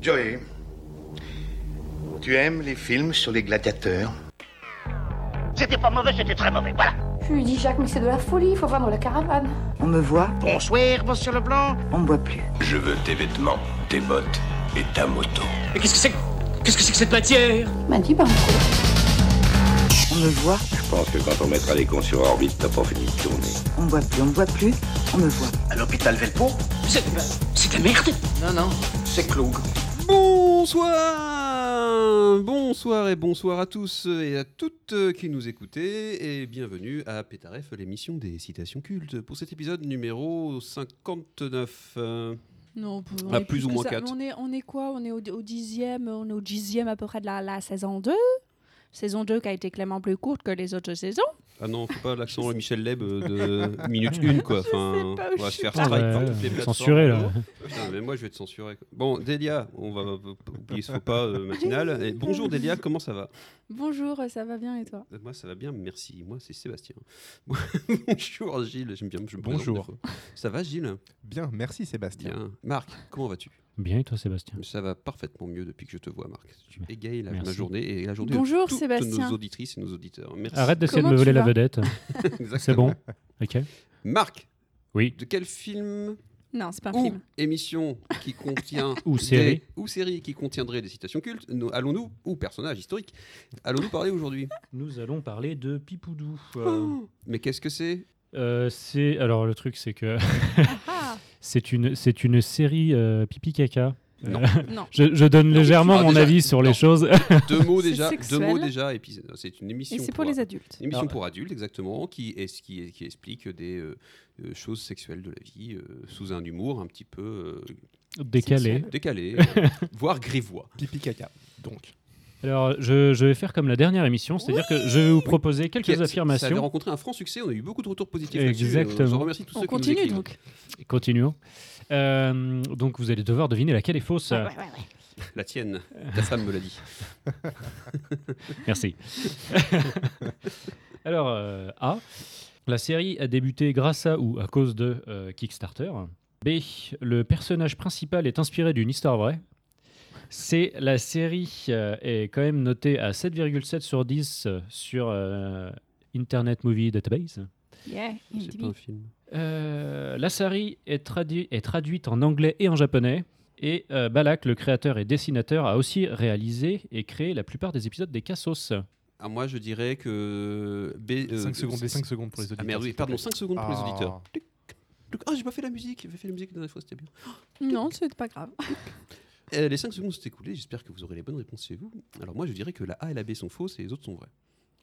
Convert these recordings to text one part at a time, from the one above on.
Joey, tu aimes les films sur les gladiateurs C'était pas mauvais, c'était très mauvais, voilà. Je lui dis, Jacques, mais c'est de la folie, il faut vendre la caravane. On me voit, Bonsoir, monsieur Leblanc. on me voit plus. Je veux tes vêtements, tes bottes et ta moto. Mais qu'est-ce que c'est que- Qu'est-ce que c'est que cette matière Il m'a dit, ben, On me voit, Je pense que quand on mettra les cons sur orbite, t'as pas fini de tourner. on me voit plus, on me voit plus, on me voit. À l'hôpital Velpo C'est c'est de la merde Non, non, c'est Cloug. Bonsoir Bonsoir et bonsoir à tous et à toutes qui nous écoutez et bienvenue à Pétaref, l'émission des citations cultes pour cet épisode numéro 59. Euh, Non, on peut- on Ah, est plus ou que moins ça. quatre. On est, on est quoi On est au, au dixième, on est au dixième à peu près de la, la saison 2. Saison 2 qui a été clairement plus courte que les autres saisons. Ah non, faut pas l'accent Michel Leb euh, de minute 1 quoi. Enfin, pas où on va je se faire suis. strike Ah ouais, par toutes les plateformes. censuré, là. Putain, mais moi je vais te censurer. quoi. Bon, Delia, on va euh, oublier ce faux pas euh, matinal. Et bonjour Delia, comment ça va Bonjour, ça va bien et toi Euh, Moi, ça va bien, merci. Moi, c'est Sébastien. Bonjour Gilles, j'aime bien. je me présente Bonjour. des fois. Ça va Gilles Bien, merci Sébastien. Bien. Marc, comment vas-tu Bien et toi Sébastien Ça va parfaitement mieux depuis que je te vois, Marc. Tu Bien. égayes la, Bah, Merci. ma journée et la journée Bonjour, de toutes Sébastien. nos auditrices et nos auditeurs. Merci. Arrête d'essayer de Comment me tu voler la vas vedette. C'est Exactement. bon Ok. Marc, Oui. de quel film Non, c'est pas un ou film. émission qui contient Ou des- série. ou série qui contiendrait des citations cultes nous- allons-nous ou personnage historique allons-nous parler aujourd'hui Nous allons parler de Pipoudou. Oh. Euh, Mais qu'est-ce que c'est c'est alors le truc c'est que Ah, c'est une c'est une série euh, pipi caca. Non. Euh, Non. je, je donne Non. légèrement Ah, mon déjà, avis sur non. les choses. Deux mots C'est déjà. Deux sexuel. mots déjà. et puis c'est- C'est une émission. Et c'est pour pour les adultes. Une émission Alors- pour adultes, exactement, qui, est, qui, est- qui explique des euh, euh, choses sexuelles de la vie euh, sous un humour un petit peu Décalé. euh, décalé, euh, voire grivois. Pipi caca, donc. Alors je, je vais faire comme la dernière émission, c'est-à-dire que je vais vous proposer quelques Qui a- Ça avait affirmations. rencontré un franc succès, on a eu beaucoup de retours positifs là-dessus, et On Exactement. en remercie tous On ceux qui nous continue écrivent. donc. Continuons. Euh, donc vous allez devoir deviner laquelle est fausse. Ah, Ah. Ouais, ouais, ouais, ouais. La tienne, ta femme me l'a dit. Merci. Alors, euh, A, la série a débuté grâce à ou à cause de euh, Kickstarter. B, le personnage principal est inspiré d'une histoire vraie. C, la série euh, est quand même notée à 7,7 sur 10 euh, sur euh, Internet Movie Database. Yeah, C'est pas un film. Euh, la série est, tradu- est traduite en anglais et en japonais. Et euh, Balak, le créateur et dessinateur, a aussi réalisé et créé la plupart des épisodes des Cassos. Ah, moi, je dirais que. B, euh, 5 secondes, c'est- 5 secondes pour les Ah auditeurs. merde, oui, s'il te pardon, plaît. 5 secondes pour les Ah. auditeurs. Tic, tic. Ah, j'ai pas fait la musique, j'ai fait la musique la dernière fois, c'était bien. Non, c'est pas grave. Euh, les 5 secondes sont écoulées, j'espère que vous aurez les bonnes réponses chez vous. Alors moi je dirais que la A et la B sont fausses et les autres sont vraies.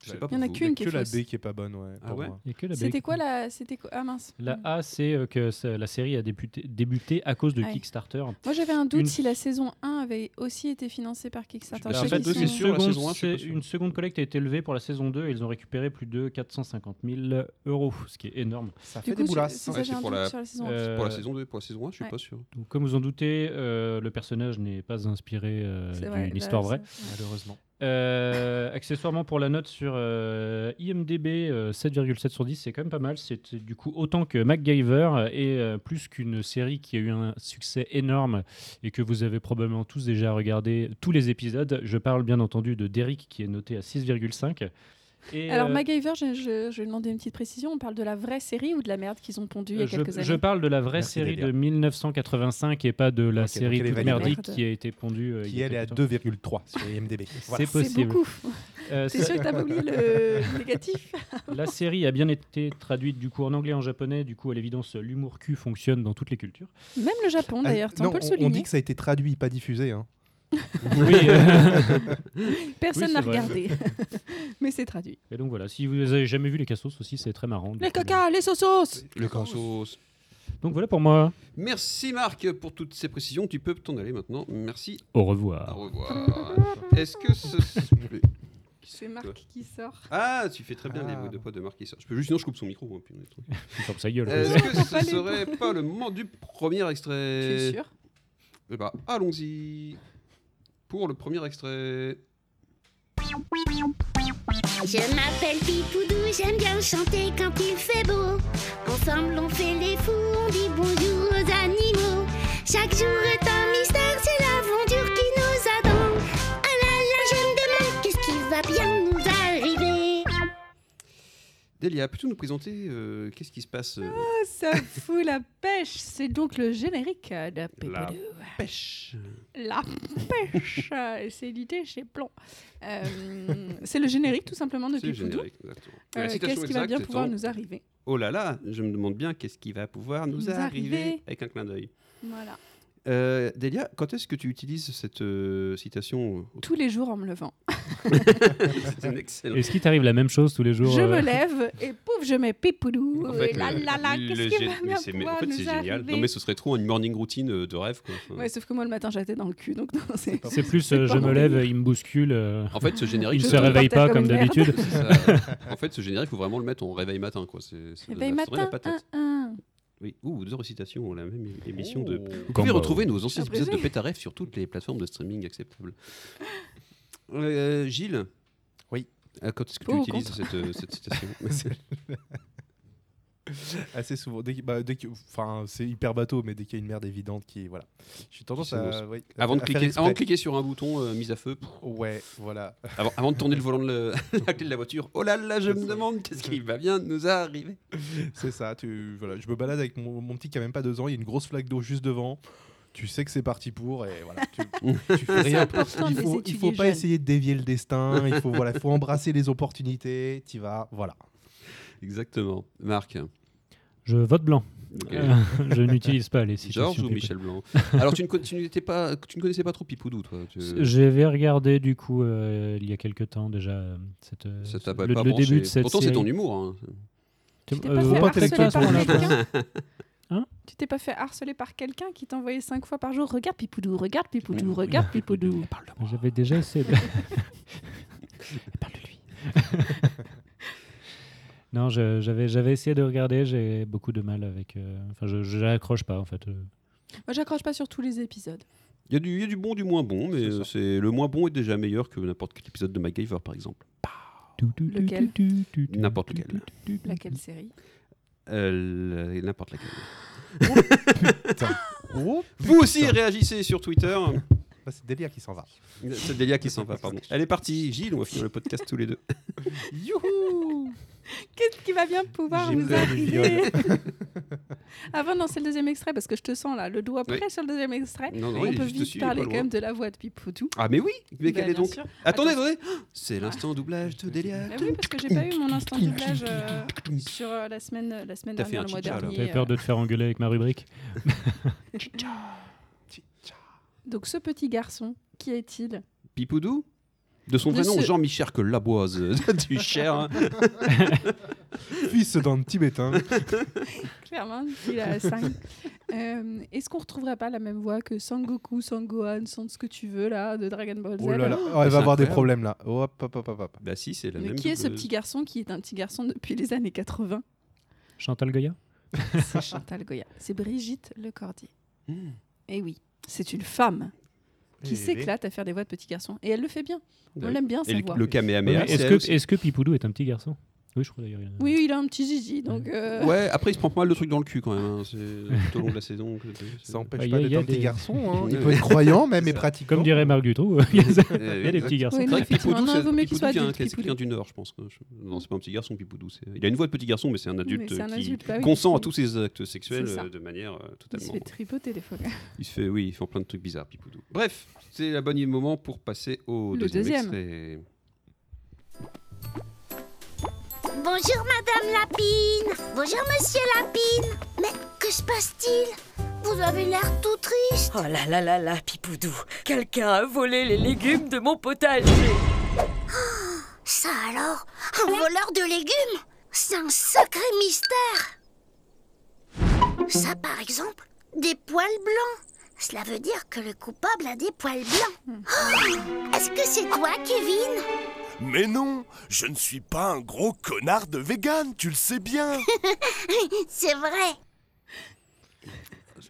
Je sais Ouais. pas Il y en pour a vous. qu'une qui Que est la fausse. B qui est pas bonne, ouais. Ah pour ouais moi. Il y a que la C'était BQ. quoi la. C'était quoi Ah mince. bah, La A, c'est euh, que ça- la série a débuté- débuté à cause de Ouais. Kickstarter. Moi j'avais un doute Une- si la saison 1 avait aussi été financée par Kickstarter. Alors, Je Bah, en sais fait, qu'ils c'est sont- sûr. la saison un, je suis c'est- pas sûr. une seconde collecte a été levée pour la saison 2 et ils ont récupéré plus de 450 000 euros, ce qui est énorme. Ça Du fait des coup, c'est- boulasses. c'est Ouais, ça, j'ai c'est un pour doute la- sur la saison 1. Euh, Pour la saison 2, pour la saison 1, je suis ouais. pas sûr. donc, comme vous en doutez, euh, le personnage n'est pas inspiré euh, C'est d'une vrai, bah, histoire vraie. c'est- ouais. Malheureusement. Euh, accessoirement, pour la note sur euh, IMDB, euh, 7,7 sur 10, c'est quand même pas mal. C'est euh, du coup autant que MacGyver euh, et euh, plus qu'une série qui a eu un succès énorme et que vous avez probablement tous déjà regardé tous les épisodes. Je parle bien entendu de Derrick qui est noté à 6,5. Et, Alors, euh, MacGyver, je, je, je vais demander une petite précision. On parle de la vraie série ou de la merde qu'ils ont pondue il y a Euh, je, quelques années je parle de la vraie Merci, série Delia. de 1985 et pas de la Ok, donc série elle est toute validée. merdique Merde. qui a été pondue. euh, il Qui y a elle est à quelques temps. 2,3 sur les MDB. Voilà. C'est C'est possible. beaucoup. Euh, T'es ça- sûr que t'as pas oublié le négatif La série a bien été traduite du coup en anglais et en japonais, du coup à l'évidence l'humour cul fonctionne dans toutes les cultures. Même le Japon, Ah, d'ailleurs. t'as non, un peu le on, on dit souligner. que ça a été traduit, pas diffusé. hein. Oui, euh, Personne oui, n'a c'est vrai. regardé. Mais c'est traduit. et donc voilà, si vous avez jamais vu les cassos aussi, c'est très marrant. Les Donc, euh, cocas, les sauces Le sauce. Donc voilà pour moi. Merci Marc pour toutes ces précisions, tu peux t'en aller maintenant. Merci, Au au revoir. revoir. Est-ce que ce... C'est Marc qui sort. Ah, tu fais très bien les Ah. bruits de poids de Marc qui sort. Je peux juste, sinon je coupe son micro. hein, puis on est tranquille. Il ferme Ah, sa Euh, gueule. Est-ce vas-y. que ce serait pas le moment du premier Tu es Euh, extrait sûr Eh ben, allons-y pour le premier extrait. Je m'appelle Pipoudou, j'aime bien chanter quand il fait beau. Ensemble, on fait les fous, on dit bonjour aux animaux. Chaque jour est un mystère, c'est l'aventure Ah Delia, peux-tu nous présenter euh, qu'est-ce qui se passe euh, Ah, Ça fout la pêche. C'est donc le générique de La Pépé pêche La pêche. Euh, C'est l'idée chez Plon. Euh, c'est le générique tout simplement de C'est le Pipoudou. générique, exactement. Euh, La citation Qu'est-ce qui va exacte bien pouvoir étant- nous arriver Oh là là, je me demande bien qu'est-ce qui va pouvoir nous, Nous arriver, arriver. avec un clin d'œil. Voilà. Euh, Delia, quand est-ce que tu utilises cette euh, citation Tous les jours en me levant. C'est une excellente. Est-ce qu'il t'arrive la même chose tous les jours Je euh, me lève et pouf, je mets Pipoudou. En et fait, Oh là, le- là, là, le qu'est-ce qui gé- va mais bien c'est- mais pouvoir En fait, nous c'est génial. arriver Non, mais ce serait trop une morning routine euh, de rêve. Quoi. Enfin, Ouais, sauf que moi le matin j'étais dans le cul, donc non, c'est. C'est plus euh, pas je mon me lève, délire. il me bouscule. euh, En fait, ce il générique. ne Je se te réveille pas portais comme comme une merde. d'habitude. ça- en fait, ce générique, il faut vraiment le mettre en réveil matin. Quoi. C'est, ça Réveil donne la- ça donne la Eh ben, matin. patate. Euh, un, un. Oui. Ouh, deux récitations, la même é- émission de. Vous Comme, pouvez euh, retrouver nos anciens Impressionnant. épisodes de Pétaref sur toutes les plateformes de streaming acceptables. Euh, Gilles Oui. Euh, Quand est-ce que Pour tu ou utilises cette, euh, cette citation Assez souvent. Dès qu'il- bah, dès que- enfin, c'est hyper bateau, mais dès qu'il y a une merde évidente qui. Voilà. J'ai tendance Qui s'énonce. à. oui, à avant, de faire- à faire cliquer, exprès. avant de cliquer sur un bouton euh, mise à feu, pff, Ouais, voilà. avant, avant de tourner le volant de le- la clé de la voiture, oh là là, je me demande qu'est-ce qui va bien nous arriver. C'est ça, tu, voilà, je me balade avec mon, mon petit qui a même pas deux ans, il y a une grosse flaque d'eau juste devant. Tu sais que c'est parti pour et voilà. Tu, tu fais rien. important Il de les faut, il étudier faut pas jeune. essayer de dévier le destin. Il faut voilà, faut embrasser les opportunités. Tu vas, voilà. Exactement. Marc, euh, Je vote blanc. Ok. Euh, je n'utilise pas les citations. Georges ou Pépé. Michel Blanc Alors, tu ne, con- tu n'étais pas, tu ne connaissais pas trop Pipoudou, toi tu- J'avais regardé du coup euh, il y a quelques temps déjà euh, cette, euh, Ça t'a pas le, le branché. début de cette Pourtant, c'est série. ton humour. hein. Tu- J'étais euh, pas faut fait pas que harceler l'acteur par soit là, je pense. quelqu'un Hein Tu t'es pas fait harceler par quelqu'un qui t'envoyait cinq fois par jour Regarde Pipoudou, regarde Pipoudou, regarde Pipoudou. J'avais déjà essayé de. Parle de lui. non, je- j'avais j'avais essayé de regarder. J'ai beaucoup de mal avec. euh, Enfin, je je n'accroche pas en fait. euh. Moi j'accroche pas sur tous les épisodes. Il y, a du- il y a du bon, du moins bon, mais C'est ça. euh, c'est le moins bon est déjà meilleur que n'importe quel épisode de MacGyver, par exemple. Tout, tout, tout, Lequel tout, tout, tout, N'importe tout, lequel. tout, tout, tout. Laquelle série Euh, la- n'importe laquelle. Oh, Vous aussi réagissez sur Twitter. bah, c'est délire qui s'en va. C'est Delia qui s'en va, pardon. Elle est partie. Gilles, on va finir le podcast tous les deux. Youhou Qu'est-ce qui va bien pouvoir J'ai nous peur du arriver Avant de lancer le deuxième extrait, parce que je te sens là, le doigt prêt Oui. sur le deuxième extrait, Non, non, on il est peut juste vite dessus, il est parler pas quand loin. même de la voix de Pipoudou. Ah, mais oui Mais Bah, quelle est bien donc Ah, sûr. Attendez, Attends. attendez C'est l'instant doublage de Delia. Ah oui, parce que j'ai pas eu mon instant doublage euh, sur euh, la semaine, la semaine T'as fait dernière, un le mois chicha, là. dernier. T'avais peur de te faire engueuler avec ma rubrique euh. Donc ce petit garçon, qui est-il Pipoudou De son De vrai nom, ce- Jean-Michel Laboise. du Cher. Fils d'un Tibétain. Clairement, il a 5. Est-ce qu'on retrouverait pas la même voix que Sangoku, Sangohan, San ce que tu veux là, de Dragon Ball Z Oh là là, oh, c'est elle va avoir des incroyable. problèmes là. Oh, hop, hop, hop, hop, hop. Bah si, c'est la Mais même. qui est ce double- petit garçon qui est un petit garçon depuis les années 80 Chantal Goya C'est Chantal Goya. C'est Brigitte Lecordier. Hmm. Et oui, c'est une femme qui Eh s'éclate à faire des voix de petits garçons. Et elle le fait bien. On Ouais. l'aime bien, Et sa voix. le, le Kamehameha. c'est Est-ce elle que, aussi. est que Pipoudou est un petit garçon Oui, je crois d'ailleurs. il y en a- Oui, il a un petit gigi, donc... euh, Ouais, après, il se prend pas mal de trucs dans le cul quand même. hein. C'est tout au long de la saison. que- Ça Bah, n'empêche y a- pas y d'être a un petit des- garçon. hein. Il Ouais. peut être croyant même et pratiquant. Oh. Comme dirait Marc Dutroux, il y a ça- il y a des petits garçons. Oui, C'est vrai non, que Pipoudou, effectivement, non, c'est vaut mieux qu'il Pipoudou, soit c'est un- adulte. c'est quelqu'un Pipoudou. du Nord, je pense. que je- Non, c'est pas un petit garçon, Pipoudou. c'est- Il a une voix de petit garçon, mais c'est un adulte c'est un qui adulte, bah oui, consent à qui- tous ses actes sexuels C'est ça. euh, de manière euh, Il totalement. se fait tripoter des fois. Bah, Il se fait, oui, ils font plein de trucs bizarres, Pipoudou. Bref, c'est la bonne moment pour passer au Le deuxième, deuxième. extrait. Bonjour Madame Lapine Bonjour Monsieur Lapine Mais que se passe-t-il Vous avez l'air tout triste Oh là là là là, Pipoudou, quelqu'un a volé les légumes de mon potager. Ça alors Un voleur de légumes C'est un sacré mystère Ça par exemple Des poils blancs Cela veut dire que le coupable a des poils blancs Oh Est-ce que c'est toi Kevin Mais non, je ne suis pas un gros connard de vegan, tu le sais bien. C'est vrai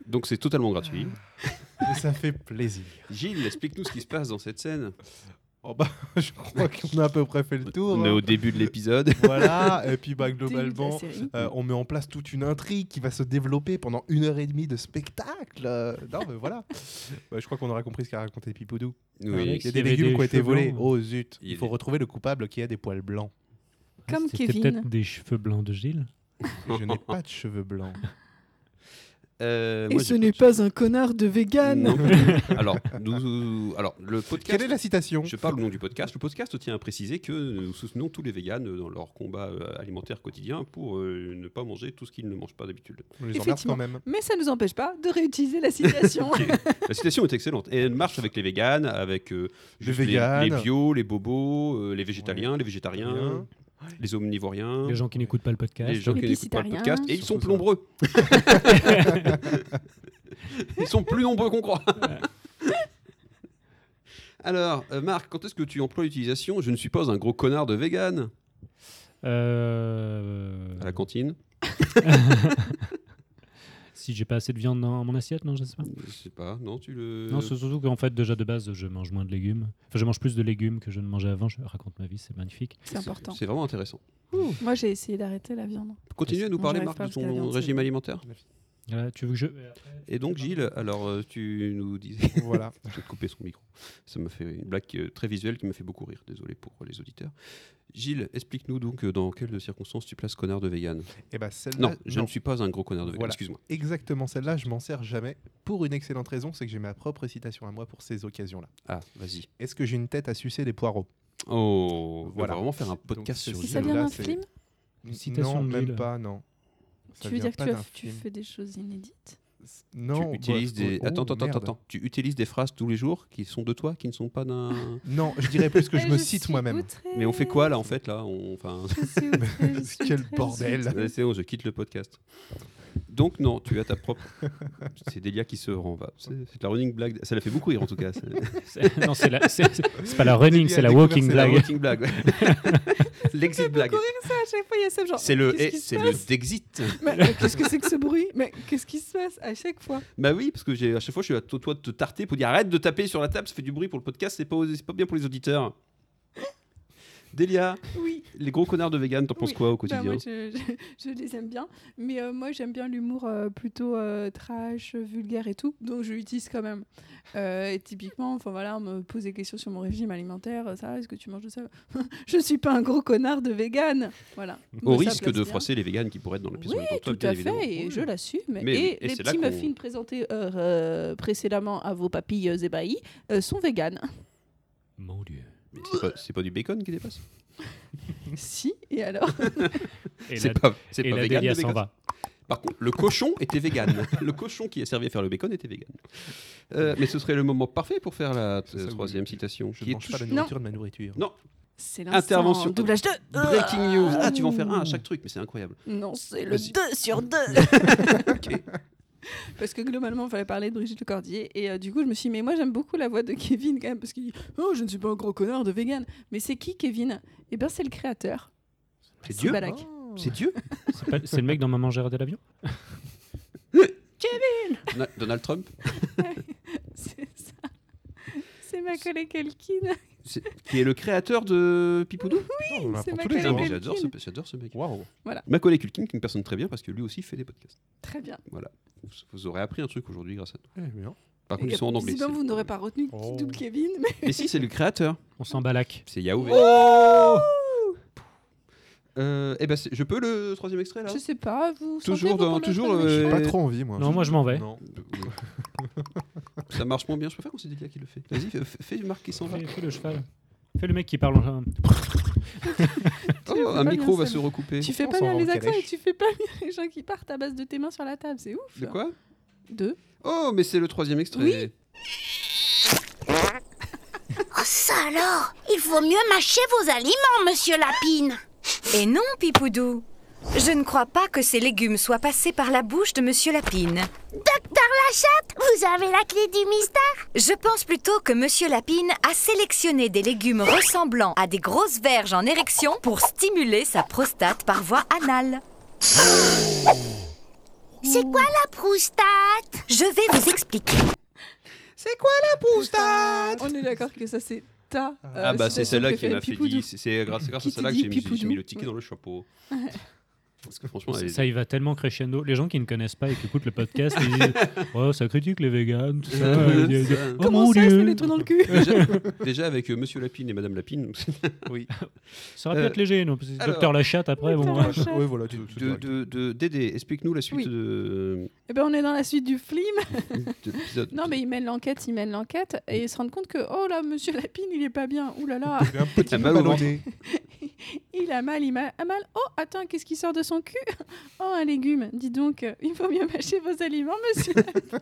Donc c'est totalement gratuit. Et ça fait plaisir. Gilles, explique-nous ce qui se passe dans cette scène. Oh bah, je crois qu'on a à peu près fait le tour. On est hein. au début de l'épisode. Voilà, et puis bah, Début de la globalement, série. euh, on met en place toute une intrigue qui va se développer pendant une heure et demie de spectacle. Euh, non, mais voilà. Bah, je crois qu'on aura compris ce qu'a raconté Pipoudou. Oui. Il y a des Il y avait légumes des qui ont été cheveux volés. blancs. Oh zut, Il y il a faut des- retrouver le coupable qui a des poils blancs. Comme C'était Kevin. peut-être des cheveux blancs de Gilles. Je n'ai pas de cheveux blancs. Euh, Et moi, ce j'ai- n'est pas un connard de vegan. Non. alors, nous- alors, le podcast. Quelle est la citation Je parle au nom du podcast. Le podcast tient à préciser que nous soutenons tous les véganes dans leur combat euh, alimentaire quotidien pour euh, ne pas manger tout ce qu'ils ne mangent pas d'habitude. Effectivement. Mais ça ne nous empêche pas de réutiliser la citation. La citation est excellente. Et elle marche avec les véganes, avec euh, juste les, véganes. les bio, les bobos, euh, les végétaliens, les végétariens, les omnivoriens. Les gens qui n'écoutent pas le podcast. Les Oh. gens Les qui n'écoutent pas le piscitariens. podcast. Et ils sont plus Surtout ça. nombreux. ils sont plus nombreux qu'on croit. Alors, euh, Marc, quand est-ce que tu emploies l'utilisation Je ne suis pas un gros connard de vegan. Euh, À la cantine Si j'ai pas assez de viande dans mon assiette, non, je sais pas. Je sais pas, non, tu le. Non, c'est surtout qu'en fait, déjà de base, je mange moins de légumes. Enfin, je mange plus de légumes que je ne mangeais avant. Je raconte ma vie, c'est magnifique. C'est important. C'est vraiment intéressant. Moi, j'ai essayé d'arrêter la viande. Continue à nous Non, parler, j'arrive Marc, pas de parce que la ton viande, régime c'est- alimentaire. Voilà, tu veux que je. Et donc, Gilles, alors euh, tu nous disais. Voilà. Je vais te couper son micro. Ça me fait une blague euh, très visuelle qui me fait beaucoup rire. Désolé pour les auditeurs. Gilles, explique-nous donc euh, dans quelles circonstances tu places connard de vegan. Eh ben, celle-là- non, je non. ne suis pas un gros connard de vegan. Voilà. Excuse-moi. Exactement celle-là, je m'en sers jamais pour une excellente raison, c'est que j'ai ma propre citation à moi pour ces occasions-là. Ah, vas-y. Est-ce que j'ai une tête à sucer des poireaux Oh, Voilà. on va vraiment faire un podcast sur Donc, ce Gilles. vient d'un là, c'est- film Une citation Non, de même Gilles. pas, non. Ça tu veux vient dire que pas tu, as- d'un tu film. fais des choses inédites Non, tu utilises bah, des... oh, attends, attends, merde. attends, attends. Tu utilises des phrases tous les jours qui sont de toi, qui ne sont pas d'un. Non, je dirais plus que je Et me je cite suis moi-même. outrée. Mais on fait quoi là en fait là on... enfin... Quel bordel Ouais, C'est bon, je quitte le podcast. Donc non, tu as ta propre. C'est Delia qui se rend. va. C'est c'est la running blague. Ça la fait beaucoup rire en tout cas. C'est- non, c'est la- c'est- c'est- c'est pas la running, Delia c'est la a découvert walking C'est la blague. walking blague. ouais. Ça L'exit fait blague. beaucoup rire, ça, à chaque fois, il y a ce genre. C'est le, Qu'est-ce eh, qui se c'est le passe d'exit. Mais, mais qu'est-ce que c'est que ce bruit Mais qu'est-ce qui se passe à chaque fois Bah oui, parce que j'ai à chaque fois je suis à toi de te tarter pour dire arrête de taper sur la table, ça fait du bruit pour le podcast, c'est pas c'est pas bien pour les auditeurs. Delia, Oui. les gros connards de vegan, t'en penses Oui. quoi au Bah, quotidien moi, je, je- je les aime bien, mais euh, moi j'aime bien l'humour euh, plutôt euh, trash, vulgaire et tout, donc je l'utilise quand même. Euh, et typiquement, enfin voilà, on me pose des questions sur mon régime alimentaire, ça, est-ce que tu manges de ça Je suis pas un gros connard de vegan, voilà. Au Moi, ça risque place de bien. froisser les véganes qui pourraient être dans la pièce Oui, en même temps que toi, tout bien à évidemment. fait, et Oui. je l'assume. Mais- et et les c'est là petits qu'on- muffins présentés euh, euh, précédemment à vos papilles ébahies euh, sont véganes. Mon dieu. Mais c'est pas, c'est pas du bacon qui dépasse si, et alors Et C'est la- pas, c'est et pas la vegan. Delia le bacon. s'en va. Par contre, le cochon était vegan. le cochon qui a servi à faire le bacon était vegan. Euh, mais ce serait le moment parfait pour faire la euh, troisième citation. Je qui est mange pas la touche- nourriture de ma nourriture. Non. C'est l'instant Intervention. doublage deux. Breaking news. Ah, tu vas en faire un à chaque truc, mais c'est incroyable. Non, c'est le Vas-y. 2 sur 2. Parce que globalement, il fallait parler de Brigitte Lecordier. Et euh, du coup, je me suis dit, mais moi, j'aime beaucoup la voix de Kevin quand même, parce qu'il dit, oh, je ne suis pas un gros connard de vegan. Mais c'est qui, Kevin Eh bien, c'est le créateur. C'est Dieu. Ah. Oh. Balak. C'est Dieu. C'est pas- C'est le mec dans Maman j'ai raté l'avion Na- Donald Trump. C'est ça. C'est ma collègue Elkin. c'est- Qui est le créateur de Pipoudou Oui, On en c'est apprend ma tous les collègue jours. Elkin. J'adore ce, j'adore ce mec. Waouh. Voilà. Macaulay Culkin, qui est une personne très bien parce que lui aussi fait des podcasts. Très bien. Voilà. Vous, vous aurez appris un truc aujourd'hui grâce à nous. Par Et contre, ils sont en anglais. visiblement, c'est- vous n'aurez pas retenu qui double Kevin. Mais... Mais si, c'est le créateur. On s'en balaque. C'est Yahoo. Oh Euh, eh ben, c'est- je peux le troisième extrait là Je sais pas, vous. Toujours sentez, vous, dans- qu'on a toujours, fait le euh, méchant Pas trop envie, moi. Non, moi je m'en vais. Ça marche moins bien, je préfère qu'on s'est dit qu'il y a qui le fait. Vas-y, fais- fais Marc qui s'en va. Fais, fais le cheval. Fais le mec qui parle Oh, en. fais pas un micro bien, va Sam. se recouper. Tu fais On pas s'en bien va en les accents et calèche. tu fais pas bien les gens qui partent à base de tes mains sur la table, c'est ouf. De quoi Deux. Oh, mais c'est le troisième extrait. Oui. Oh, ça alors Il faut mieux mâcher vos aliments, monsieur Lapine Et non, Pipoudou. Je ne crois pas que ces légumes soient passés par la bouche de Monsieur Lapine. Docteur Lachatte, vous avez la clé du mystère Je pense plutôt que Monsieur Lapine a sélectionné des légumes ressemblant à des grosses verges en érection pour stimuler sa prostate par voie anale. C'est quoi la proustate Je vais vous expliquer. C'est quoi la proustate On est d'accord que ça c'est ta. euh, ah, bah c'est celle-là qui m'a m'a fait 10. C'est grâce, grâce à Qui te celle-là que dit j'ai mis, j'ai Pipoudou mis le ticket Ouais. dans le chapeau. Parce que franchement, ça, elle- ça y va tellement crescendo. Les gens qui ne connaissent pas et qui écoutent le podcast, ils disent Oh, ça critique les végans, tout ça. Euh, Il y a- il y a- ça. Oh mon Dieu Déjà, déjà avec euh, Monsieur Lapine et Madame Lapine. Oui. Ça Euh, aurait pu être léger, non, parce que c'est Docteur Lachatte, après, bon. Docteur Lachatte. Oui, voilà. De, de- de- de- Dédé, explique-nous la suite Oui. de, Eh ben, on est dans la suite du film. de l'épisode. non, mais ils mènent l'enquête, ils mènent l'enquête et ils se rendent compte que, oh là, monsieur Lapine, il est pas bien. Ouh là là. un petit mal au ventre. Il a mal, il m'a- a mal. Oh, attends, qu'est-ce qui sort de son cul Oh, un légume. Dis donc, euh, il faut mieux mâcher vos aliments, monsieur.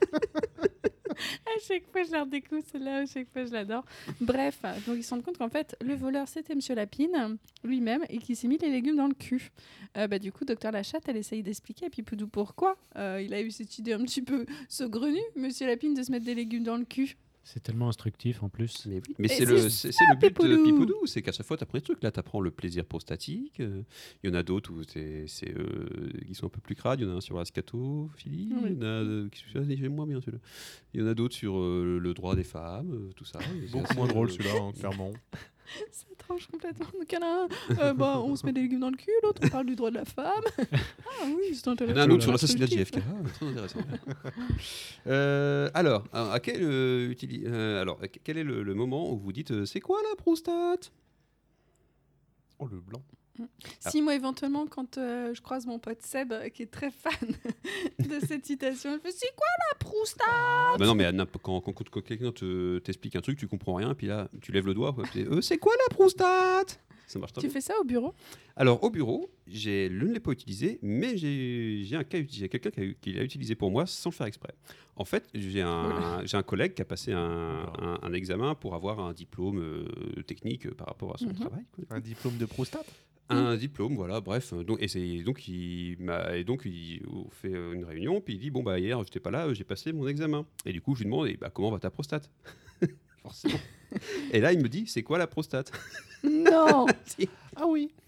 à chaque fois, je la redécouvre, celle-là. À chaque fois, je l'adore. Bref, donc ils se rendent compte qu'en fait, le voleur, c'était monsieur Lapine euh, lui-même et qui s'est mis les légumes dans le cul. Euh, bah, du coup, docteur Lachatte, elle essaye d'expliquer à Pipoudou pourquoi euh, il a eu cette idée un petit peu saugrenue, monsieur Lapine, de se mettre des légumes dans le cul. C'est tellement instructif en plus. Et Mais c'est le, c'est c'est- ça, c'est le but de Pipoudou. Pipoudou, c'est qu'à chaque fois, t'apprends des trucs. Là, t'apprends le plaisir prostatique. euh, Il y en a d'autres où c'est, c'est, euh, qui sont un peu plus crades. Il y en a un sur la scatophilie. Oui. Il y en a, euh, qui- celui-là, j'aime moins bien celui-là. Il y en a d'autres sur euh, le droit des femmes, euh, tout ça. Et c'est Beaucoup assez, moins drôle, euh, celui-là, hein, clairement. Ça tranche complètement. Donc, il y en a un, euh, bah, on se met des légumes dans le cul, l'autre, on parle du droit de la femme. Ah oui, c'est Il y intéressant. en a un autre sur l'assassinat de Instructif. JFK. Ah, très intéressant. Euh, alors, à à quel, euh, utili- euh, alors, à quel est le, le moment où vous dites euh, c'est quoi la prostate Oh le blanc. Ah. Si, moi, éventuellement, quand euh, je croise mon pote Seb, euh, qui est très fan de cette citation, il me fait C'est quoi la Proustat Bah non, mais à n'importe- quand, quand, quand quelqu'un te- t'explique un truc, tu comprends rien, puis là, tu lèves le doigt. quoi, puis, euh, c'est quoi la prostate Ça marche très Tu bien. fais ça au bureau Alors, au bureau, j'ai- je ne l'ai pas utilisé, mais j'ai j'ai un cas, uti- j'ai quelqu'un qui a eu- qui l'a utilisé pour moi sans le faire exprès. En fait, j'ai un, j'ai un collègue qui a passé un, un- un examen pour avoir un diplôme euh, technique euh, par rapport à son Mhm. travail. quoi. Un diplôme de prostate Mmh. Un diplôme, voilà, bref. euh, Donc, et, c'est- donc, il m'a- et donc, il on fait euh, une réunion, puis il dit Bon, bah, hier, j'étais pas là, euh, j'ai passé mon examen. Et du coup, je lui demande eh bah, Comment va ta prostate Forcément. Et là, il me dit C'est quoi la prostate Non Si. Ah oui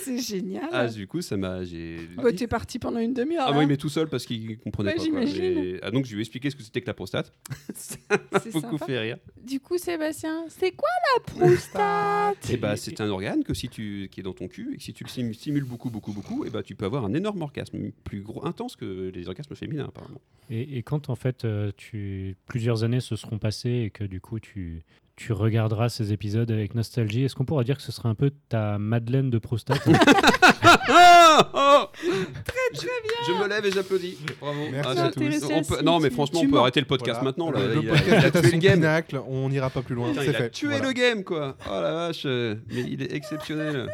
C'est génial Ah, du coup, ça m'a. j'ai- Bah, T'es parti pendant une demi-heure. Ah, là. oui, mais tout seul parce qu'il comprenait Ouais, pas. quoi. j'imagine. Et- ah, donc, je lui ai expliqué ce que c'était que la prostate. ça m'a hein. C'est beaucoup sympa. fait rire. Du coup, Sébastien, c'est quoi la Proustat Et bah, c'est un organe que si tu, qui est dans ton cul et que si tu le sim- stimules beaucoup, beaucoup, beaucoup, et bah, tu peux avoir un énorme orgasme, plus gros, intense que les orgasmes féminins, apparemment. Et, et quand en fait euh, tu, plusieurs années se seront passées et que du coup tu, tu regarderas ces épisodes avec nostalgie, est-ce qu'on pourra dire que ce sera un peu ta Madeleine de prostate hein très très bien. Je me lève et j'applaudis. Bravo. Merci ça- à tous. on peut- non mais franchement on peut arrêter le podcast Voilà. maintenant. Là. Le il a, podcast il a est à tué son le game. pinacle, on n'ira pas plus loin. Putain, C'est il a fait. tué Voilà. le game quoi. Oh la vache. euh, Mais il est exceptionnel.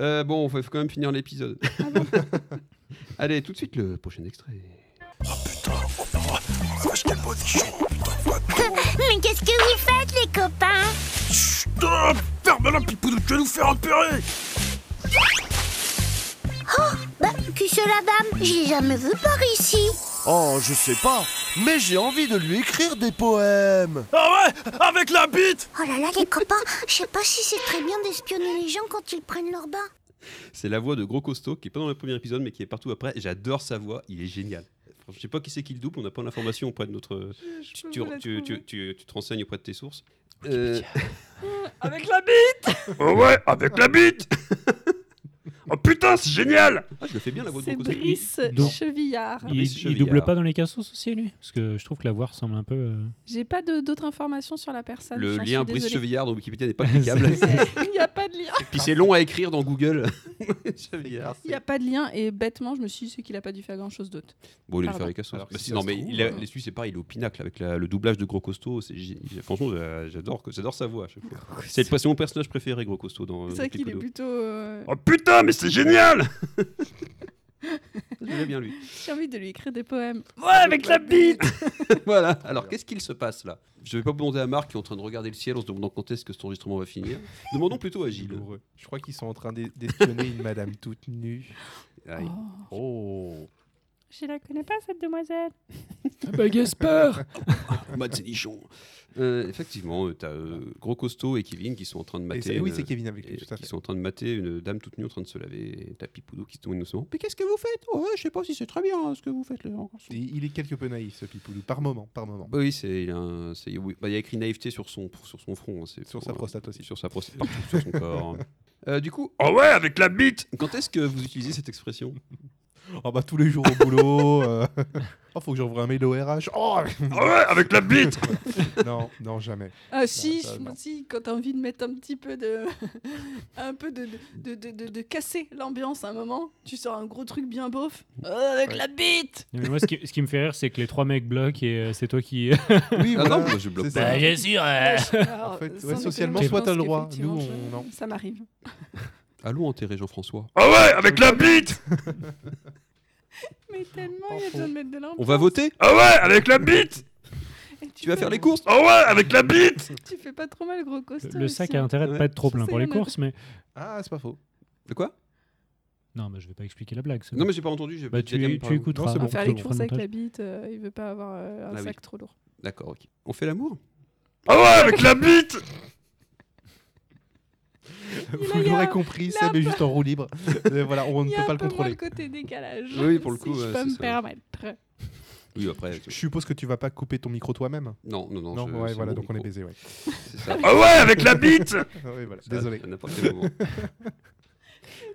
Euh, bon, il faut quand même finir l'épisode. Allez, tout de suite le prochain extrait. Mais qu'est-ce que vous faites, les copains Stop Ferme-la, Pipoudou, tu vas nous faire repérer Oh, bah, que c'est la dame Je l'ai jamais vue par ici. Oh, je sais pas, mais j'ai envie de lui écrire des poèmes Ah ouais Avec la bite Oh là là, les copains, je sais pas si c'est très bien d'espionner les gens quand ils prennent leur bain. C'est la voix de Gros Costaud qui est pas dans le premier épisode mais qui est partout après. J'adore sa voix, il est génial. Je sais pas qui c'est qui le double, on n'a pas l'information auprès de notre. je Tu, peux tu- vous la tu- tu- trouver. tu- tu te renseignes auprès de tes sources. Oh, Euh, Avec la bite Ah Oh ouais, avec la bite Oh putain, c'est génial Ah, je le fais bien la voix de C'est Gros Costaud. Brice Donc, Chevillard. Ah, Il, il double pas dans les cassos aussi lui Parce que je trouve que la voix ressemble un peu... euh, J'ai pas de- d'autres informations sur la personne. Le j'en suis lien Brice désolée. Chevillard dans Wikipédia n'est pas cliquable. Il n'y a pas de lien. Puis c'est long à écrire dans Google. Chevillard. Il n'y a pas de lien et bêtement, je me suis dit c'est qu'il a pas dû faire grand chose d'autre. Bon, il est Pardon. faire les cassos. Alors que Bah, si si, ça non, se mais trouve, il a- euh, les Suisses, c'est pareil, il est au pinacle avec la- le doublage de Gros Costaud. c'est gé- Franchement, j'a- j'adore que- j'adore sa voix à chaque fois. C'est le- c'est mon personnage préféré, Gros Costaud. Dans, C'est dans vrai qu'il est Pipodo. plutôt. euh, Oh putain, mais c'est génial Je l'aime bien lui. J'ai envie de lui écrire des poèmes. Ouais, avec la bite Voilà, alors qu'est-ce qu'il se passe là Je vais pas demander à Marc qui est en train de regarder le ciel en se demandant quand est-ce que cet enregistrement va finir. Demandons plutôt à E. Gilles. Je crois qu'ils sont en train d'e- d'espionner une madame toute nue. Oh. Aïe. Oh. Je la connais pas, cette demoiselle. Bah Gaspard Mad Sénichon. Euh, effectivement, tu as Gros Costaud et Kevin qui sont en train de mater. c'est- oui, une- c'est Kevin avec lui, et tout à Qui sont en train de mater une dame toute nue en train de se laver. Et t'as Pipoudou qui se tourne innocemment. Mais qu'est-ce que vous faites Oh, Ouais, je sais pas si c'est très bien hein, ce que vous faites, les gens. Il il est quelque peu naïf, ce Pipoulou, par moment, par moment. Bah oui, c'est il a un- c'est- oui, bah, il y a écrit naïveté sur son sur son front, hein, c'est Sur sa prostate aussi. Sur sa prostate, partout sur son corps. Euh, du coup, oh ouais, avec la bite Quand est-ce que vous utilisez cette expression Ah bah tous les jours au boulot. euh, Oh, faut que j'envoie un mail au RH. Oh, Ah ouais, avec la bite Non, non, jamais. Ah, Non, si, ça, je- non. si, quand t'as envie de mettre un petit peu de. un peu de, de, de, de- de casser l'ambiance à un moment, tu sors un gros truc bien beauf. Oh, avec la bite Non, mais moi, ce qui, ce qui me fait rire, c'est que les trois mecs bloquent et euh, c'est toi qui. Oui, voilà. Ah non, moi, je bloque bloque pas. Bah, bien sûr. euh. Ah. En fait, ouais, socialement, soit t'as le droit. Nous, on. Non. Ça m'arrive. Allons enterrer Jean-François. Ah ouais, avec la bite Mais tellement, il y a besoin de mettre de l'ambiance. On va voter Ah ouais, avec la bite Tu vas faire les courses Ah ouais, avec la bite Tu fais pas trop mal, gros costaud. Le sac aussi. hein. a intérêt de Ouais. pas être trop plein Ça, pour y les en a- courses, mais. Ah, c'est pas faux. De quoi Non, mais je vais pas expliquer la blague. c'est Non, bon. mais j'ai pas entendu, j'ai- Bah, j'ai dit à tu, me tu parler. écouteras. Non, c'est bon. Faire on les fera courses le avec montage. la bite, euh, il veut pas avoir euh, un Ah oui. sac trop lourd. D'accord, ok. On fait l'amour Ah ouais, avec la bite Vous l'aurez compris, ça mais juste en roue libre. Et voilà, on ne Il y peut a pas un le peu moins le contrôler. côté décalage. Oui, pour le coup, Si je ouais, peux c'est me ça. permettre. Oui, après. Je suppose que tu vas pas couper ton micro toi-même. Non, non, non. Non, je- ouais, c'est voilà, mon donc on est micro. baisé, ouais. C'est ça. Ah ouais, avec la bite Oui, voilà, Ça, désolé. à n'importe quel moment.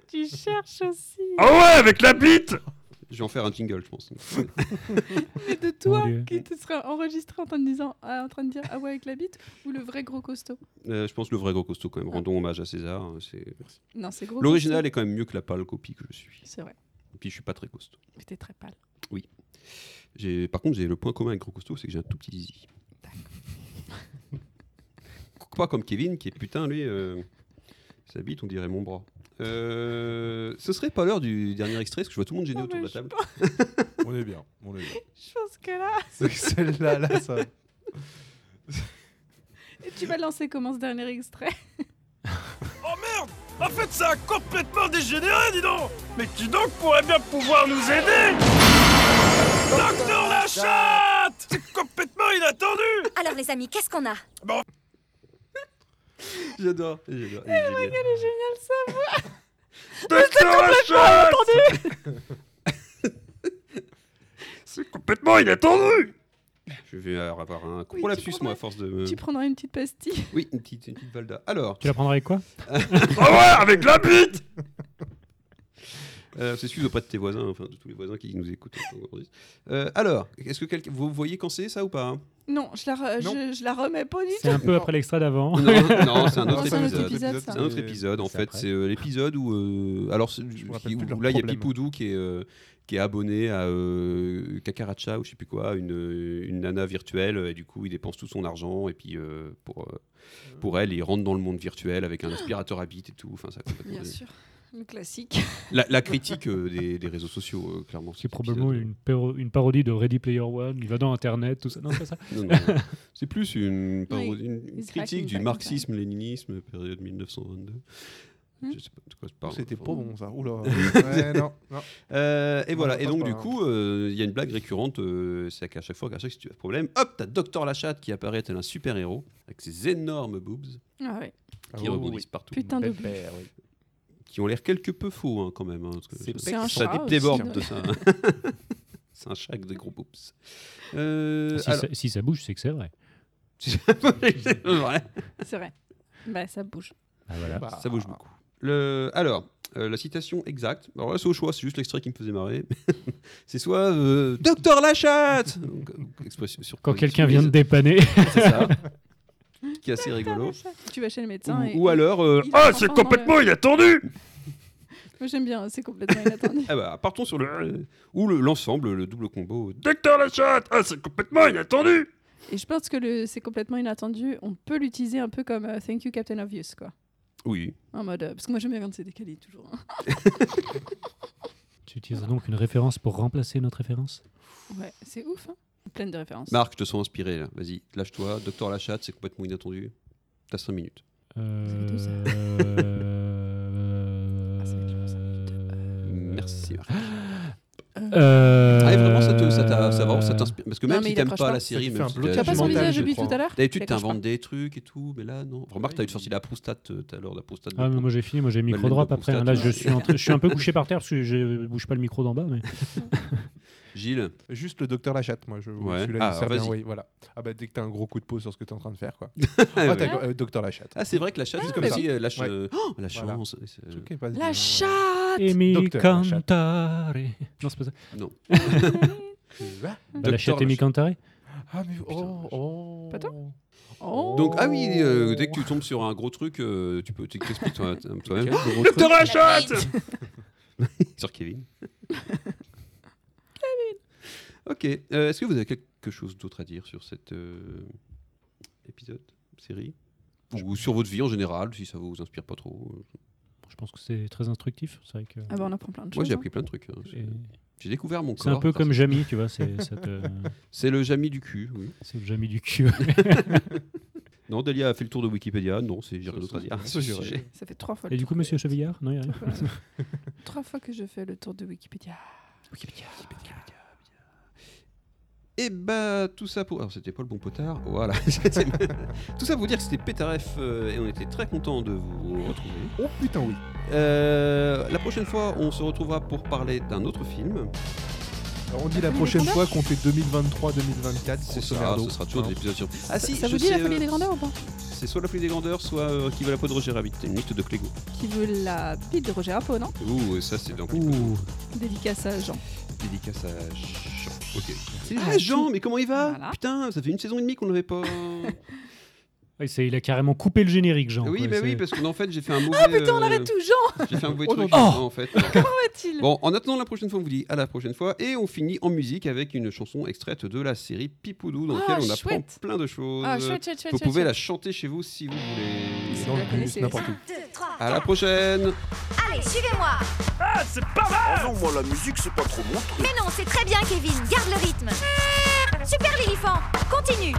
Tu cherches aussi. Oh Ah bite Je vais en faire un jingle, je pense. Mais de toi Mon Dieu. qui te serais enregistré en train de, disant, ah, en train de dire Ah ouais, avec la bite ou le vrai gros costaud Euh, je pense le vrai gros costaud, quand même. Rendons hommage à César. hein, c'est- Non, c'est gros L'original costaud. est quand même mieux que la pâle copie que je suis. C'est vrai. Et puis, je suis pas très costaud. Mais t'es très pâle. Oui. J'ai- Par contre, j'ai le point commun avec Gros Costaud, c'est que j'ai un tout petit zizi. Pas comme Kevin, qui est putain, lui, euh, sa bite, on dirait mon bras. Euh, ce serait pas l'heure du dernier extrait, parce que je vois tout le monde gêné Oh, autour de mais la table. on est bien, on est bien. Je pense que là. Celle-là, là, ça. Et tu vas lancer comment ce dernier extrait Oh merde En fait, ça a complètement dégénéré, dis donc Mais qui donc pourrait bien pouvoir nous aider Docteur la chatte C'est complètement inattendu Alors les amis, qu'est-ce qu'on a Bon, J'adore, j'adore. il est Eh, génial. regarde, elle est géniale sa voix Docteur la chatte Complètement inattendu Je vais avoir un gros Oui, tu lapsus, prendras- moi, à force de me... Tu prendras une petite pastille. Oui, une petite, une petite Valda. Alors... Tu la prendras avec quoi Ah avec la bite euh, on s'excuse auprès de tes voisins, enfin de tous les voisins qui nous écoutent. Euh, alors, est-ce que quelqu'un- vous voyez quand c'est ça ou pas hein Non, je la, re- Non. Je, je la remets pas du tout. C'est un peu après l'extrait d'avant. Non, non, c'est un autre C'est un autre épisode. épisode, ça. C'est un autre épisode, en C'est fait. après. C'est euh, l'épisode où. euh, alors, c'est- rappelle où- plus de où leur là, il y a problème. Pipoudou qui est, euh, qui est abonné à euh, Kakaracha ou je sais plus quoi, une, euh, une nana virtuelle. Et du coup, il dépense tout son argent. Et puis, euh, pour, euh, pour elle, il rentre dans le monde virtuel avec un aspirateur à bite et tout. Enfin, ça a complètement Bien dé- sûr, le classique. La, la critique euh, des, des réseaux sociaux, euh, clairement. C'est probablement une, paro- une parodie de Ready Player One. Il va dans Internet, tout ça. Non, c'est pas ça. Non, non. C'est plus une, parodie- Oui, une il se raconte critique pas du comme ça. marxisme-léninisme, période 1922. Hmm. Hein Je sais pas de quoi je parle. C'était Enfin, pas bon, ça. Oula. Ouais, non, non. Euh, et Non, voilà. ça Et passe donc, pas, du hein. coup, euh, il y a une blague récurrente euh, c'est qu'à chaque fois, qu'à chaque fois que tu as problème, hop, t'as Docteur Lachatte qui apparaît tel un super-héros avec ses énormes boobs Ah ouais. qui Ah oui, rebondissent oui. partout. Putain de bite. Qui ont l'air quelque peu faux, hein, quand même. hein, parce que C'est ça- pas- ça, C'est un chat déborde hein. aussi, de ouais. ça. hein. c'est un chat avec des gros boobs. Ah, Euh, si, alors- ça, si ça bouge, c'est que c'est vrai. C'est vrai. C'est vrai. Bah, ça bouge. Ah, voilà. Ça Bah, bouge beaucoup. Le... Alors, euh, la citation exacte, alors là c'est au choix, c'est juste l'extrait qui me faisait marrer. c'est soit euh, Docteur Lachatte Donc, euh, expression sur- Quand quelqu'un vient de surprise. dépanner. C'est ça. qui est assez rigolo. Tu vas chez le médecin. hein, et- Ou, ou alors. euh, il- ah, il- c'est enfin, dans complètement le- inattendu Moi, j'aime bien, c'est complètement inattendu. Ah bah, partons sur le. Ou le- l'ensemble, le, double combo. euh, Docteur Lachatte Ah, c'est complètement inattendu Et je pense que le c'est complètement inattendu. On peut l'utiliser un peu comme euh, Thank you, Captain Obvious, quoi. Oui. En mode. euh, parce que moi, j'aime bien quand c'est décalé, toujours. hein. Tu utilises donc une référence pour remplacer notre référence ouais, c'est ouf, hein. Pleine de références. Marc, je te sens inspiré là. Vas-y, lâche-toi. Docteur Lachatte, c'est complètement inattendu. T'as 5 minutes. Euh, Ah, Merci. Marc. Euh... Ah, et vraiment, ça te- ça t'a- ça va, ça t'inspire. Parce que Non, même mais si il t'aimes accroche pas pas. la série, Ça te même fait si un bloc t'as- T'as pas tu- son visage, tu- Obi, tout à l'heure Il D'habitude, accroche t'inventes des trucs et tout, mais là, non. Remarque, t'as eu sorti la prostate euh, tout à l'heure, la prostate. Ah, mais moi j'ai fini, moi j'ai Madeleine micro drop de après. hein. Proustat, Là, tu je vois. suis, en train- je suis un peu couché par terre parce que je bouge pas le micro d'en bas. Mais... Gilles Juste le docteur Lachatte, moi, je Ouais. celui-là, il Ah, sert bien, vas-y. oui, voilà. Ah bah dès que t'as un gros coup de peau sur ce que t'es en train de faire, quoi. Ah, ah, ouais. t'as- euh, docteur Lachatte. Ah, c'est vrai que la chatte, Ah, c'est comme mais si oui. euh, la ch- Ouais. euh, oh, la Voilà. chance. et c'est- Truc est pas- La chatte Et mi Docteur Lachatte. cantare. Non, c'est pas ça. Non. Bah, la chatte et mi cantare. Ah, mais oh, oh. Pas toi Oh, Donc, ah oui, euh, dès que Oh. tu tombes sur un gros truc, euh, tu peux tu t'expliques toi- toi-même. gros Docteur truc. Lachatte Sur Kevin. Ok. euh, Est-ce que vous avez quelque chose d'autre à dire sur cet euh, épisode, série Ou sur votre vie en général, si ça vous inspire pas trop euh, Je pense que c'est très instructif. C'est vrai que. Ah bah, on apprend plein de Moi, choses, j'ai hein. appris plein de trucs. hein. Et- J'ai découvert mon corps. C'est un peu grâce comme à ça. Jamie, tu vois. C'est ça te- C'est le Jamie du cul, oui. c'est le Jamie du cul. non, Delia a fait le tour de Wikipédia. Non, c'est j'ai rien d'autre à dire. à ce j'irai. sujet. Ça fait trois fois le Et du coup, monsieur Chevillard Non, il y a rien. Trois fois que je fais le tour de Wikipédia. Wikipédia. Et bah tout ça pour... Alors c'était pas le bon potard, voilà. C'était- tout ça pour vous dire que c'était Pétaref euh, et on était très content de vous retrouver. Oh putain oui. Euh, la prochaine fois on se retrouvera pour parler d'un autre film. Alors, on dit la prochaine fois qu'on fait 2023-2024, c'est ça, Somerdo. Hein, ce sera toujours des épisodes sur... Ah si, ça je vous dit sais, la folie euh, des grandeurs ou pas C'est soit la folie des grandeurs, soit euh, qui veut la peau de Roger Rabbit, une mythe de Clégo. Qui veut la pile de Roger Apo, non Ouh, ça c'est donc Ouh. Dédicace à Jean. dédicace à Jean. Ok. Ah Jean, mais comment il va Putain, ça fait une saison et demie qu'on n'avait pas... Ouais, c'est- il a carrément coupé le générique, Jean. oui, quoi, bah c'est- oui, parce que en fait j'ai fait un mauvais... Ah putain, on euh, arrête tout, Jean J'ai fait un mauvais Oh, truc non, non. en fait. Comment va-t-il Bon, en attendant la prochaine fois, on vous dit à la prochaine fois et on finit en musique avec une chanson extraite de la série Pipoudou dans Ah, laquelle on apprend chouette. plein de choses. Ah, chouette, chouette, chouette, euh, vous pouvez chouette. la chanter chez vous si vous voulez. Si Dans vous le la bus, connaissez. n'importe où. Un, deux, trois, À la prochaine. Allez, suivez-moi Ah, c'est pas mal non, moi, la musique, c'est pas trop mon truc. Mais non, c'est très bien, Kevin, garde le rythme Super l'éléphant, continue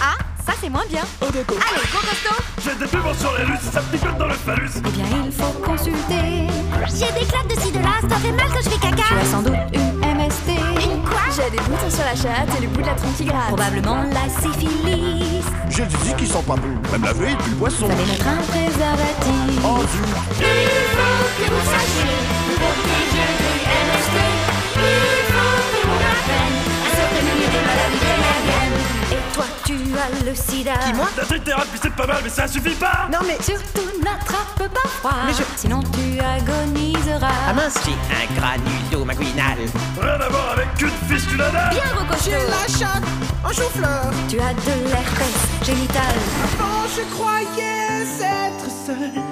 Ah, ça c'est moins bien Allez, go costaud J'ai des pubs sur les russes, ça picote dans le phallus Eh bien, il faut consulter. J'ai des claques de ci, de là, ça fait mal quand je fais caca. Tu as sans doute une MST. Une quoi J'ai des boutons sur la chatte et le bout de la trontigrade. Probablement la syphilis. J'ai le physique qui sent pas bon. Même la veille du poisson. Fallait mettre un préservatif. Oh, zut. que vous sachiez protéger du MST. Il faut que l'on apprenne à se prémunir des maladies vénériennes. Et toi, tu as le sida. Qui moi La trithérapie c'est pas mal, mais ça suffit pas Non mais surtout n'attrape pas froid Sinon tu agoniseras J'ai un granulo maguinal. Rien à voir avec une fistule anale Bien recoché la chatte en chou-fleur Tu as de l'herpès génital Avant, je croyais être seul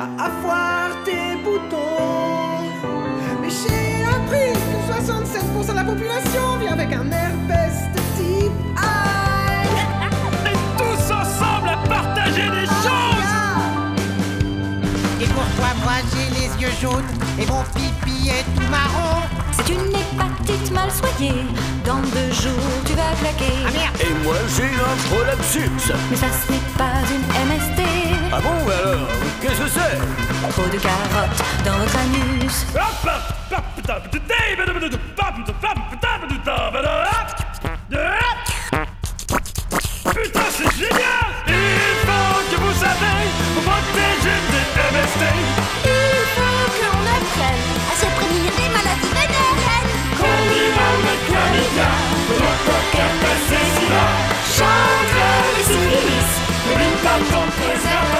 à avoir tes boutons. Mais j'ai appris que 67% de la population vit avec un herpès de type A. Et tous ensemble à partager des choses Et pourquoi moi j'ai les yeux jaunes et mon pipi est tout marron C'est une hépatite mal soignée Dans deux jours tu vas claquer Ah merde Et moi, j'ai un prolapsus. Mais ça ce n'est pas une MST Ah bon, bah alors, qu'est-ce que c'est Trop de carottes dans votre anus Hop, hop, hop, putain, putain, putain, putain, putain, putain, putain, putain, putain, putain, hop, hop. Putain, c'est génial Il faut que vous savez vous protéger des MST Il faut que l'on apprenne à se prémunir des maladies vénériennes. Qu'on y va avec chlamydia, Gonocoque, herpès et sida. Change les syphilis, n'oublie pas ton préservatif Então,